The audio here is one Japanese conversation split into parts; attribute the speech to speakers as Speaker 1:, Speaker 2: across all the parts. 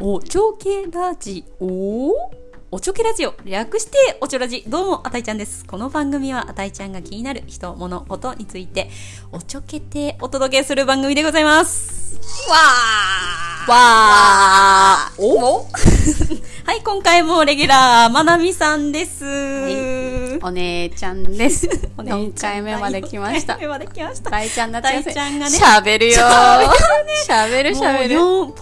Speaker 1: おちょけラジオおちょけラジオ略しておちょラジどうもあたいちゃんですこの番組はあたいちゃんが気になる人物音についておちょけてお届けする番組でございます
Speaker 2: わー
Speaker 1: わあお
Speaker 2: おお
Speaker 1: はい今回もレギュラーまなみさんです、
Speaker 2: 姉ちゃん です。
Speaker 1: お姉
Speaker 2: 4
Speaker 1: ちゃん
Speaker 2: 回目まで来まし
Speaker 1: 4
Speaker 2: た
Speaker 1: 回。目まで来ました
Speaker 2: 大ちゃん夏休
Speaker 1: 大ちゃん
Speaker 2: み。
Speaker 1: がね
Speaker 2: 喋るよー。喋る喋る。
Speaker 1: もう4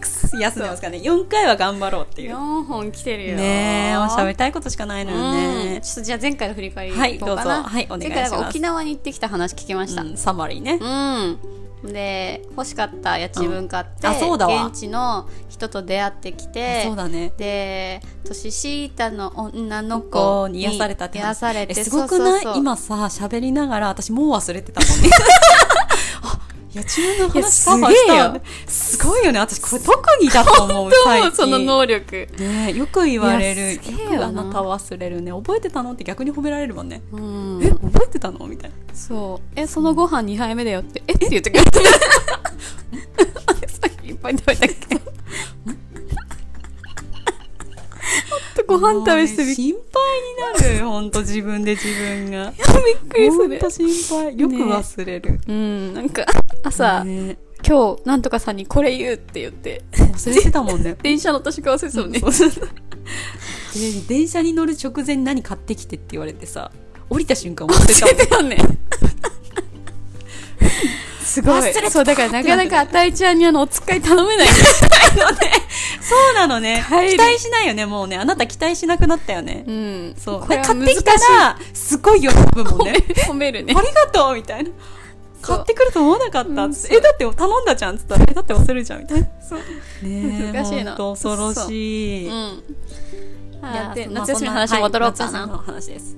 Speaker 1: weeks 休んでますからね4回は頑張ろうっていう
Speaker 2: 4本来てるよー。
Speaker 1: ねえもう喋りたいことしかないのよ
Speaker 2: うん
Speaker 1: ね
Speaker 2: ちょっとじゃあ前回の振り返り
Speaker 1: はい
Speaker 2: いこうかな
Speaker 1: どうぞはいお願いします
Speaker 2: 前回なんか沖縄に行ってきた話聞きました。
Speaker 1: うんサマリーね
Speaker 2: うん。で、欲しかった家賃分買って、
Speaker 1: うんあそうだわ
Speaker 2: 現地の人と出会ってきて、
Speaker 1: そうだね
Speaker 2: で年下の女の
Speaker 1: こ
Speaker 2: 子
Speaker 1: うに癒されたって
Speaker 2: 癒されて
Speaker 1: えすごくない
Speaker 2: そうそうそう
Speaker 1: 今さ喋りながら私もう忘れてたも んねあやちむの
Speaker 2: いや
Speaker 1: 話
Speaker 2: す
Speaker 1: カバーし
Speaker 2: げえ
Speaker 1: た
Speaker 2: よ
Speaker 1: すごいよね私これ特技だと思う最近
Speaker 2: その能力
Speaker 1: ねえよく言われる
Speaker 2: い
Speaker 1: よ
Speaker 2: やすげえよ
Speaker 1: く
Speaker 2: な
Speaker 1: あなた忘れるね覚えてたのって逆に褒められるもんね
Speaker 2: うん
Speaker 1: え覚えてたのみたいな
Speaker 2: そうえそのご飯2杯目だよってえって言ってくれてさっきいっぱい食べたけどほんとご飯食べしてびっくり
Speaker 1: 心配になる本当自分で自分が
Speaker 2: びっくりす
Speaker 1: 本
Speaker 2: る
Speaker 1: 当心配よく
Speaker 2: ね
Speaker 1: 忘れる、
Speaker 2: うんなんか朝、
Speaker 1: ね
Speaker 2: 今日なんとかさんにこれ言うって言って
Speaker 1: 忘れてたもんね
Speaker 2: 電車の私が忘れてたもんね
Speaker 1: そうそうそうで電車に乗る直前に何買ってきてって言われてさ降りた瞬間 忘れたもん
Speaker 2: 忘れてたねすご
Speaker 1: 忘れてた
Speaker 2: そうだからなかなかあたいちゃんにあのお使い頼めな い
Speaker 1: そうなのね
Speaker 2: 帰り
Speaker 1: 期待しないよねもうねあなた期待しなくなったよね、
Speaker 2: うん
Speaker 1: そう
Speaker 2: これは
Speaker 1: 買ってきた
Speaker 2: 難しい
Speaker 1: らすごい喜ぶもんね
Speaker 2: 褒めるね
Speaker 1: ありがとうみたいな
Speaker 2: そう
Speaker 1: 買ってくると思わなかったっつって、えだって頼んだじゃんっつったらえだって忘れるじゃんみたいなそうねえ
Speaker 2: 難しいな
Speaker 1: ほんと恐ろしい、
Speaker 2: うん。
Speaker 1: いや
Speaker 2: で
Speaker 1: まあ
Speaker 2: 夏休みの
Speaker 1: そんな
Speaker 2: 話戻ろう
Speaker 1: は
Speaker 2: か
Speaker 1: い夏休み
Speaker 2: な。
Speaker 1: の話です、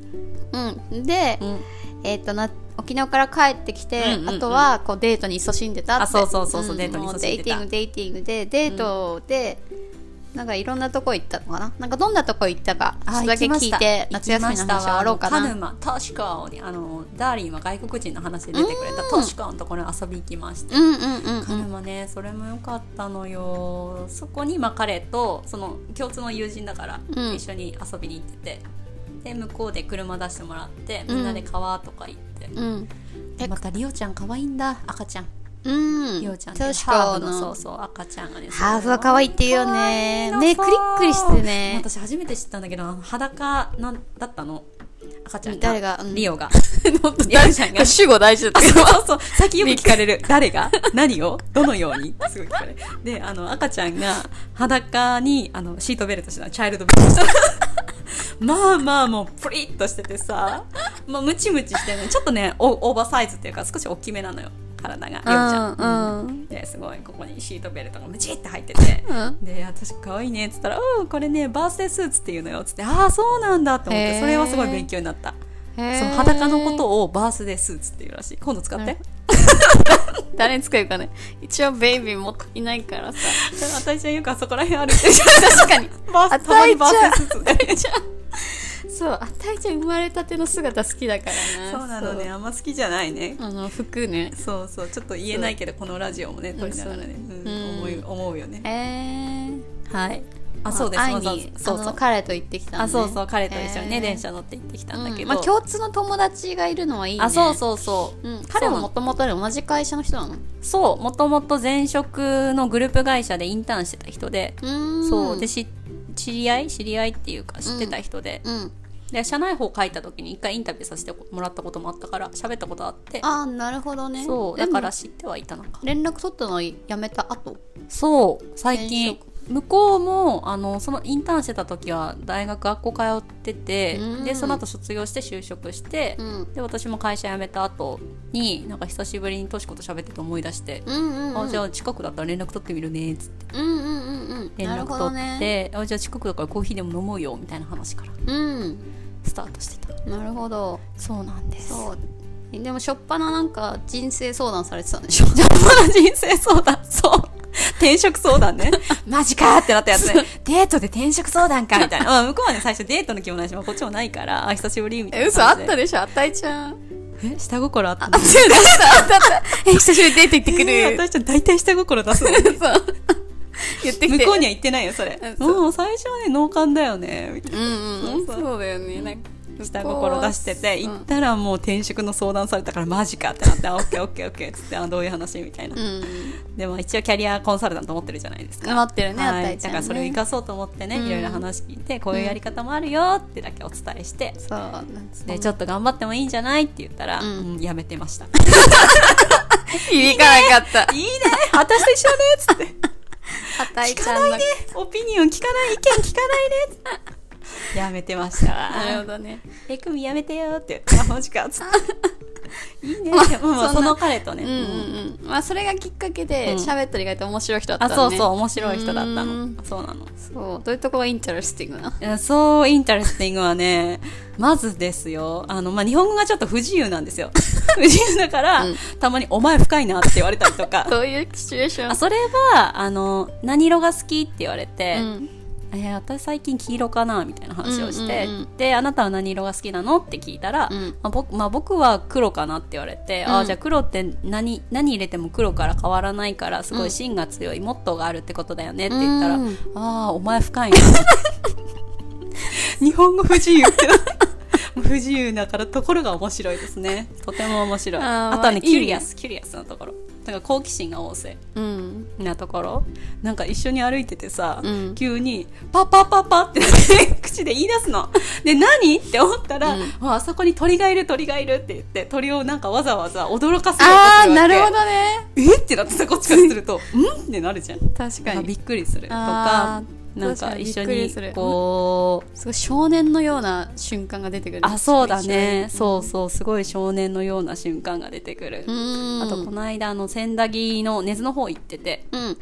Speaker 2: うん。で、
Speaker 1: うん
Speaker 2: えっ、とな沖縄から帰ってきて、
Speaker 1: うんうんうん
Speaker 2: あとはこうデートに勤しんでたって。
Speaker 1: あそうそうそうそうんデートに
Speaker 2: もう
Speaker 1: 勤しんでた
Speaker 2: デーティングデーティングでデートで、なんかいろんなとこ行ったのかな。なんかどんなとこ行ったかちょっとだけ聞いて夏休みの話終わろうか
Speaker 1: カ
Speaker 2: な
Speaker 1: ヌ。マトシカオにあのダーリンは外国人の話で出てくれたトシカオのところに遊び行きました、
Speaker 2: うんうんうん
Speaker 1: カ
Speaker 2: う
Speaker 1: ヌ
Speaker 2: ん。
Speaker 1: マねそれも良かったのよそこに、まあ、彼とその共通の友人だから、
Speaker 2: うん
Speaker 1: 一緒に遊びに行っててで向こうで車出してもらって
Speaker 2: うん
Speaker 1: みんなで川とか行って、
Speaker 2: うん。
Speaker 1: でまたリオちゃん可愛いんだ赤ちゃん
Speaker 2: うん。
Speaker 1: リオちゃんね
Speaker 2: 確
Speaker 1: ハー
Speaker 2: か
Speaker 1: ブのそう
Speaker 2: の。
Speaker 1: そう赤ちゃんがね
Speaker 2: ハーブは可愛いって言うよね。
Speaker 1: 可愛い
Speaker 2: ね、
Speaker 1: のさ
Speaker 2: クリックリしてね。
Speaker 1: 私初めて知ったんだけどあの裸なんだったの赤ちゃんが
Speaker 2: 誰がうん
Speaker 1: リオ が
Speaker 2: 大事 主語大事だった
Speaker 1: そうそう最 近よく聞かれ る誰が何をどのようにすごい聞かれるであの赤ちゃんが裸にあのシートベルトしてたチャイルドベルト してたまあまあもうプリッとしててさ、まあ、ムチムチしてねちょっとねオオーバーサイズっていうか少し大きめなのよ体がリオちゃん、
Speaker 2: うんうん
Speaker 1: ですごいここにシートベルトがムチって入ってて
Speaker 2: うん
Speaker 1: で私可愛いねっつったら「うんこれねバースデースーツっていうのよ」っつって「ああそうなんだ」と思っ
Speaker 2: へ
Speaker 1: て
Speaker 2: ー
Speaker 1: それはすごい勉強になった
Speaker 2: そ
Speaker 1: その裸のことをバースデースーツっていうらしい今度使って、
Speaker 2: うん誰に使うかね一応ベイビーもいないからさ
Speaker 1: 私はよくあそこら辺歩いて る
Speaker 2: 確かに
Speaker 1: バー
Speaker 2: あ
Speaker 1: スたま
Speaker 2: た
Speaker 1: に
Speaker 2: いち
Speaker 1: バ
Speaker 2: ゃ
Speaker 1: ー
Speaker 2: ん
Speaker 1: スデースーツ で
Speaker 2: そうあたいちゃん生まれたての姿好きだからね
Speaker 1: そうなのねあんま好きじゃないね
Speaker 2: そうあの服ね
Speaker 1: そうそうちょっと言えないけどこのラジオもね撮りながらね、
Speaker 2: そううん
Speaker 1: 思い思うよね
Speaker 2: えー、
Speaker 1: はいあそうです
Speaker 2: 会い
Speaker 1: そう
Speaker 2: に
Speaker 1: そう
Speaker 2: あ
Speaker 1: そう
Speaker 2: の彼と行ってきたんで
Speaker 1: あそうそう彼と一緒にね、
Speaker 2: えー
Speaker 1: 電車乗って行ってきたんだけど、
Speaker 2: うんまあ共通の友達がいるのはいいね
Speaker 1: あそうそうそう、
Speaker 2: うん、彼ももともと同じ会社の人なのう
Speaker 1: そうもともと前職のグループ会社でインターンしてた人で、
Speaker 2: ーん
Speaker 1: そうでし知り合い知り合いっていうか知ってた人で,、
Speaker 2: うん
Speaker 1: で社内報書いた時に一回インタビューさせてもらったこともあったから喋ったことあって
Speaker 2: ああなるほどね
Speaker 1: そうだから
Speaker 2: で
Speaker 1: 知ってはいたのか
Speaker 2: も連絡取ったのやめた後
Speaker 1: そう最
Speaker 2: 転
Speaker 1: 近
Speaker 2: 職
Speaker 1: 向こうもあのそのインターンしてた時は大学学校通ってて、
Speaker 2: うん
Speaker 1: でその後卒業して就職して、
Speaker 2: うん
Speaker 1: で私も会社辞めた後になんか久しぶりにとしこと喋ってて思い出して、
Speaker 2: うんうん、うん、
Speaker 1: あじゃあ近くだったら連絡取ってみるねっつって。
Speaker 2: うんうんうんうん
Speaker 1: 連
Speaker 2: なる
Speaker 1: 絡
Speaker 2: ほ
Speaker 1: 取
Speaker 2: ど
Speaker 1: って、
Speaker 2: ね
Speaker 1: あじゃあ近くだからコーヒーでも飲もうよみたいな話から
Speaker 2: うん
Speaker 1: スタートしてた
Speaker 2: なるほど
Speaker 1: そうなん です
Speaker 2: そうでもしょっぱななんか人生相談されてたんで しょ
Speaker 1: まだ人生相談そう 転職相談 ねマジかーってなったやつねデートで転職相談かみたいな、ま あ、向こうはね最初デートの気もないし、まあ、こっちもないからあ久しぶりみたいなで
Speaker 2: でしょあったいちゃん
Speaker 1: え下心あった
Speaker 2: あ
Speaker 1: の
Speaker 2: 違う出 したあったあったえ久しぶりにデート行ってくる、
Speaker 1: えー私たち大体下心出すの
Speaker 2: そう言ってきて
Speaker 1: 向こうには行ってないよそれ
Speaker 2: うんそう
Speaker 1: もう最初はね脳幹だよねみたいな
Speaker 2: うんうん
Speaker 1: そうそう
Speaker 2: そうだよねなんか
Speaker 1: 下心出してて
Speaker 2: うん
Speaker 1: 行ったらもう転職の相談されたからマジかってなってあオッケーオッケーオッケーっつってあどういう話みたいな、
Speaker 2: うん
Speaker 1: でも一応キャリアコンサルタント持ってるじゃないですか
Speaker 2: 待ってるねあ
Speaker 1: は
Speaker 2: たい
Speaker 1: い、
Speaker 2: ちゃ
Speaker 1: だ
Speaker 2: ん
Speaker 1: からそれを生
Speaker 2: ね
Speaker 1: かそうと思ってね、
Speaker 2: うん
Speaker 1: いろいろ話聞いてこういうやり方もあるよってだけお伝えして、
Speaker 2: そうなんです
Speaker 1: でちょっと頑張ってもいいんじゃないって言ったら、
Speaker 2: うん
Speaker 1: うんやめてました い
Speaker 2: 響かなかった
Speaker 1: いね私と一緒ねっつって
Speaker 2: あたい
Speaker 1: 聞
Speaker 2: ち
Speaker 1: か
Speaker 2: ゃ
Speaker 1: な
Speaker 2: んの
Speaker 1: いねオピニオン聞か ない意見聞かないねっつってやめてましたわ
Speaker 2: なるほどね
Speaker 1: えくみやめてよって言ってあマ ジかっつっていいね、まあまあ、
Speaker 2: そ
Speaker 1: そ
Speaker 2: んな
Speaker 1: の彼と
Speaker 2: う
Speaker 1: ね、
Speaker 2: んうんうんまあそれがきっかけで
Speaker 1: うん
Speaker 2: 喋ったりが意外と面白い人だった
Speaker 1: あそ
Speaker 2: ね
Speaker 1: うそう面白い人だった
Speaker 2: う
Speaker 1: の
Speaker 2: ん
Speaker 1: そうなの
Speaker 2: そうどういうとこがインタレスティングなの
Speaker 1: いやそう、インタレスティングはね、 まずですよ、あの、まあ、日本語がちょっと不自由なんですよ。 不自由だから、
Speaker 2: うん
Speaker 1: たまにお前深いなって言われたりと か。
Speaker 2: どういうシチュエーション
Speaker 1: あそれは、あの、何色が好きって言われて、
Speaker 2: うん
Speaker 1: えー私最近黄色かなみたいな話をして、
Speaker 2: うんうんう
Speaker 1: で、あなたは何色が好きなのって聞いたら、
Speaker 2: うん
Speaker 1: まあ僕まあ、僕は黒かなって言われて、
Speaker 2: うん
Speaker 1: ああじゃあ黒って何何入れても黒から変わらないからすごい芯が強い、モットーがあるってことだよねって言ったら、
Speaker 2: うん
Speaker 1: ああお前深いな日本語不自由ってな不自由だからところが面白いですねとても面白い
Speaker 2: あー
Speaker 1: あとはね
Speaker 2: まあいいね
Speaker 1: キュリアスキュリアスなところなんか好奇心が旺盛
Speaker 2: うん
Speaker 1: なところなんか一緒に歩いててさ、
Speaker 2: うん
Speaker 1: 急にパパパパって 口で言い出すので何って思ったら、
Speaker 2: うん
Speaker 1: ああそこに鳥がいる鳥がいるって言って鳥をなんかわざわざ驚かせようと
Speaker 2: あ
Speaker 1: す
Speaker 2: ー
Speaker 1: るわ
Speaker 2: な
Speaker 1: け
Speaker 2: るほどね
Speaker 1: えってなってさこっちからするとんってなるじゃん
Speaker 2: 確か
Speaker 1: なんかび
Speaker 2: に
Speaker 1: っくりするとか
Speaker 2: あー
Speaker 1: なん
Speaker 2: 確
Speaker 1: か
Speaker 2: かに
Speaker 1: 一緒
Speaker 2: びっくり
Speaker 1: に
Speaker 2: する
Speaker 1: こう
Speaker 2: すごい少年のような瞬間が出てくる
Speaker 1: あそうだねそうそうすごい少年のような瞬間が出てくる
Speaker 2: う、ん
Speaker 1: あとこの間あの千駄木の根津の方行ってて
Speaker 2: うん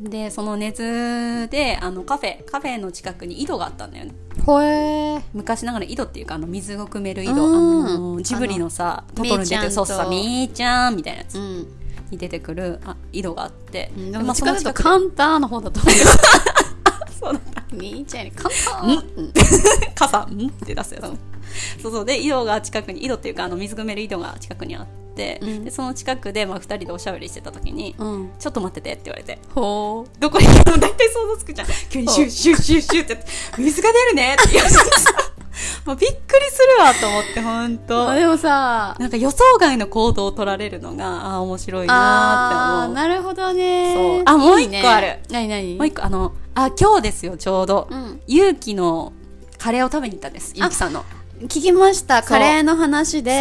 Speaker 1: でその根津であのカフェカフェの近くに井戸があったんだよね
Speaker 2: ほえー
Speaker 1: 昔ながら井戸っていうかあの水を汲める井戸、
Speaker 2: うん
Speaker 1: あのジブリのさ
Speaker 2: あの
Speaker 1: トトロに出て
Speaker 2: みーちゃん
Speaker 1: る
Speaker 2: と
Speaker 1: そうそうそうみーちゃんみたいなやつ
Speaker 2: うん
Speaker 1: に出てくるあ井戸があって、
Speaker 2: で
Speaker 1: ま
Speaker 2: も
Speaker 1: あ
Speaker 2: 近づ
Speaker 1: その
Speaker 2: くと
Speaker 1: 近く
Speaker 2: カンターの方だと思うよ
Speaker 1: そうなんだ
Speaker 2: 兄ちゃんにカンタ
Speaker 1: ん
Speaker 2: ーうん
Speaker 1: 傘んって出すやつ そうそうで井戸が近くに井戸っていうかあの水汲める井戸が近くにあって、
Speaker 2: うん
Speaker 1: でその近くで、まあ、2人でおしゃべりしてた時に「
Speaker 2: うん
Speaker 1: ちょっと待ってて」って言われて
Speaker 2: ほ
Speaker 1: 「どこに行くの?」大体想像つくじゃん急にシュッシュッシュッシュッってやって「水が出るね」って言われてもうびっくりするわと思ってほん
Speaker 2: うあ
Speaker 1: と
Speaker 2: でもさ
Speaker 1: なんか予想外の行動を取られるのがあー面白いなーって
Speaker 2: あー
Speaker 1: 思う
Speaker 2: なるほどね
Speaker 1: そうあもう一個
Speaker 2: いいね
Speaker 1: ある
Speaker 2: 何何
Speaker 1: もう一個あのあ今日ですよちょうど、
Speaker 2: うん
Speaker 1: 勇気のカレーを食べに行ったんです
Speaker 2: あ
Speaker 1: 勇気さんの
Speaker 2: 聞きました
Speaker 1: そう
Speaker 2: カレーの話で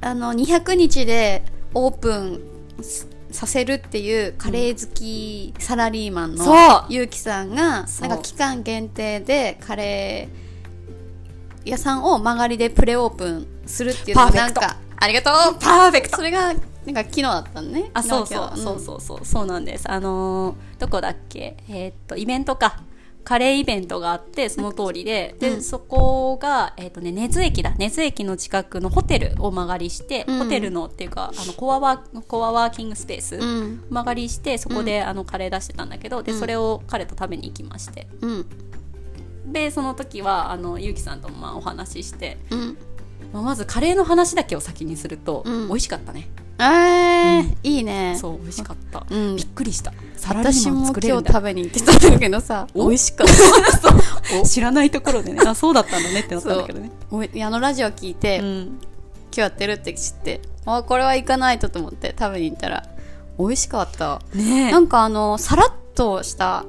Speaker 1: そ
Speaker 2: あの200日でオープンすさせるっていうカレー好きサラリーマンの
Speaker 1: そう
Speaker 2: ゆうきさんが
Speaker 1: そ
Speaker 2: な
Speaker 1: うん
Speaker 2: か期間限定でカレー屋さんを曲がりでプレオープンするっていうの
Speaker 1: パーフェ
Speaker 2: な
Speaker 1: ク
Speaker 2: ん
Speaker 1: ト
Speaker 2: かありがとう
Speaker 1: パーフェクト
Speaker 2: それがなんか昨日だったのね
Speaker 1: あ、そ
Speaker 2: 昨
Speaker 1: う
Speaker 2: 日
Speaker 1: そう、そう
Speaker 2: 今日
Speaker 1: そうそう、そうなんです。あのーどこだっけえーっと、イベントか。カレーイベントがあって、その通りで、で、
Speaker 2: うん
Speaker 1: そこが、えーっとね、根津駅だ。根津駅の近くのホテルを曲がりして、
Speaker 2: うん
Speaker 1: ホテルのっていうか、あの、コアワー、コアワーキングスペース、
Speaker 2: うん
Speaker 1: 曲がりして、そこで、あの、カレー出してたんだけど、で、
Speaker 2: うん
Speaker 1: それを彼と食べに行きまして。
Speaker 2: うん
Speaker 1: で、その時は、あの、ゆうきさんともまあお話しして、
Speaker 2: うん
Speaker 1: まあまずカレーの話だけを先にすると、
Speaker 2: うん
Speaker 1: 美味しかったね。
Speaker 2: えー
Speaker 1: うん
Speaker 2: いいね
Speaker 1: そう、美味しかった。
Speaker 2: うん
Speaker 1: びっくりした。サラリ
Speaker 2: 私
Speaker 1: ーマン
Speaker 2: も
Speaker 1: 作れる
Speaker 2: 今
Speaker 1: ん
Speaker 2: 日
Speaker 1: だ
Speaker 2: 食べに行ってたんだけどさ
Speaker 1: お
Speaker 2: 美味しかったお
Speaker 1: 知らないところ でねあそうだったんだねってなったんだけどね
Speaker 2: ごめんあのラジオ聞いて、
Speaker 1: う
Speaker 2: 今
Speaker 1: ん
Speaker 2: 日やってるって知ってあこれは行かないとと思って食べに行ったら美味しかった
Speaker 1: ねえ
Speaker 2: なんかあのさらっとした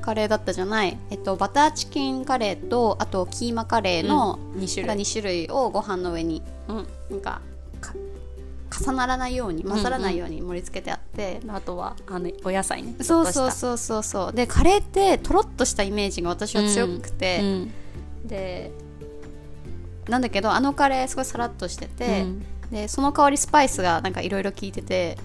Speaker 2: カレーだったじゃない、えっと、バターチキンカレーとあとキーマカレーの、
Speaker 1: 2種
Speaker 2: なんか
Speaker 1: 類
Speaker 2: 2種類をご飯の上に
Speaker 1: うん
Speaker 2: なんかか重ならないように混ざらないように盛り付けてあって、
Speaker 1: あとはあのお野菜ね
Speaker 2: そうそう
Speaker 1: う
Speaker 2: そうそうそうでカレーってとろっとしたイメージが私は強くて、
Speaker 1: ん
Speaker 2: でなんだけどあのカレーすごいさらっとしてて、
Speaker 1: うん
Speaker 2: でその代わりスパイスがなんかいろいろ効いてて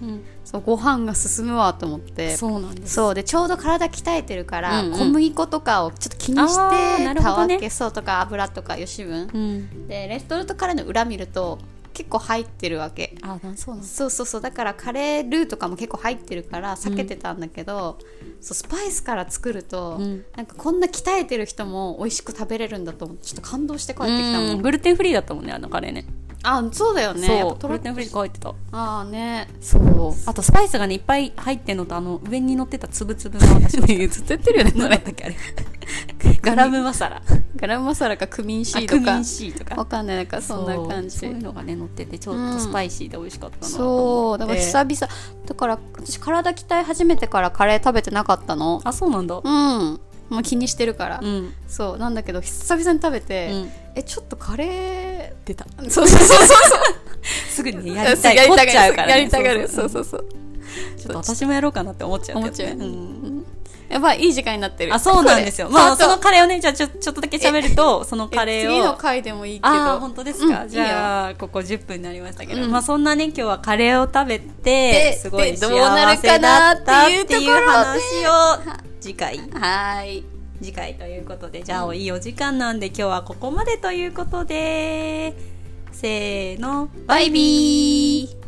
Speaker 2: そうご飯が進むわと思ってそう
Speaker 1: そうなんです
Speaker 2: でちょうど体鍛えてるから、
Speaker 1: うんうん
Speaker 2: 小麦粉とかをちょっと気に
Speaker 1: あー
Speaker 2: し
Speaker 1: な
Speaker 2: て
Speaker 1: るほ
Speaker 2: た
Speaker 1: ど
Speaker 2: わ
Speaker 1: ね
Speaker 2: け、そうとか油とか油脂分、
Speaker 1: うん
Speaker 2: でレトルトカレーの裏見ると結構入ってるわけ
Speaker 1: あなそうなんです
Speaker 2: そうそうそうだからカレールーとかも結構入ってるから避けてたんだけど、そうスパイスから作ると、
Speaker 1: うん
Speaker 2: なんかこんな鍛えてる人も美味しく食べれるんだと思ってちょっと感動して帰ってきたもん、
Speaker 1: グルテンフリーだったもんねあのカレーね
Speaker 2: あそうだよねや
Speaker 1: そ
Speaker 2: っぱ
Speaker 1: うグ
Speaker 2: とろ
Speaker 1: ル
Speaker 2: っ
Speaker 1: テンフリーとか入ってた
Speaker 2: ああね
Speaker 1: そうあとスパイスがねいっぱい入ってんのとあの上に乗ってたつぶつぶが私の
Speaker 2: ずっとやってるよねそ
Speaker 1: 何だ
Speaker 2: れ
Speaker 1: ったっけあれ ガラムマサラ
Speaker 2: ガラムマサラかクミンシー
Speaker 1: ク
Speaker 2: ド
Speaker 1: ミ
Speaker 2: か
Speaker 1: ンシーとか
Speaker 2: わかんないなんかそんな感じ
Speaker 1: そうそういうのがね乗っててちょっとスパイシーで美味しかったな
Speaker 2: そうだから久
Speaker 1: 々
Speaker 2: 々だから私体鍛え始めてからカレー食べてなかったの
Speaker 1: あそうなんだ
Speaker 2: うんもう気にしてるから、
Speaker 1: うん
Speaker 2: そうなんだけど久々に食べて、
Speaker 1: うん
Speaker 2: えちょっとカレ
Speaker 1: 出た
Speaker 2: ーそうそうそうそう そう
Speaker 1: すぐにねや
Speaker 2: や
Speaker 1: りたい
Speaker 2: り
Speaker 1: 凝
Speaker 2: た
Speaker 1: っちゃう
Speaker 2: が
Speaker 1: から
Speaker 2: る
Speaker 1: ね
Speaker 2: やりたがる
Speaker 1: そ
Speaker 2: そうう
Speaker 1: そ
Speaker 2: そうそう
Speaker 1: うちょっと私もやろうかなって思っちゃう
Speaker 2: 思
Speaker 1: や
Speaker 2: っ
Speaker 1: つ
Speaker 2: ちゃう
Speaker 1: ね
Speaker 2: よね
Speaker 1: ん
Speaker 2: やばいいい時間になってる
Speaker 1: あそうなんですよ
Speaker 2: これ
Speaker 1: まあ
Speaker 2: パー
Speaker 1: そ
Speaker 2: ト
Speaker 1: のカレーをねじゃあちょちょっとだけ喋るとそのカレーを
Speaker 2: え次の回でもいいけど
Speaker 1: ああ本当ですか、
Speaker 2: うん
Speaker 1: じゃあここ10分になりましたけど、
Speaker 2: うん
Speaker 1: まあそんなね今日はカレーを食べて
Speaker 2: です
Speaker 1: ごい
Speaker 2: で
Speaker 1: 幸
Speaker 2: どうなる
Speaker 1: せ
Speaker 2: か
Speaker 1: だ
Speaker 2: な
Speaker 1: ったっ
Speaker 2: ってて
Speaker 1: い
Speaker 2: いううところをね
Speaker 1: 話を次回
Speaker 2: いいよはーい
Speaker 1: 次回ということでじゃあいいお時間なんで今日はここまでということでせーの
Speaker 2: バイビー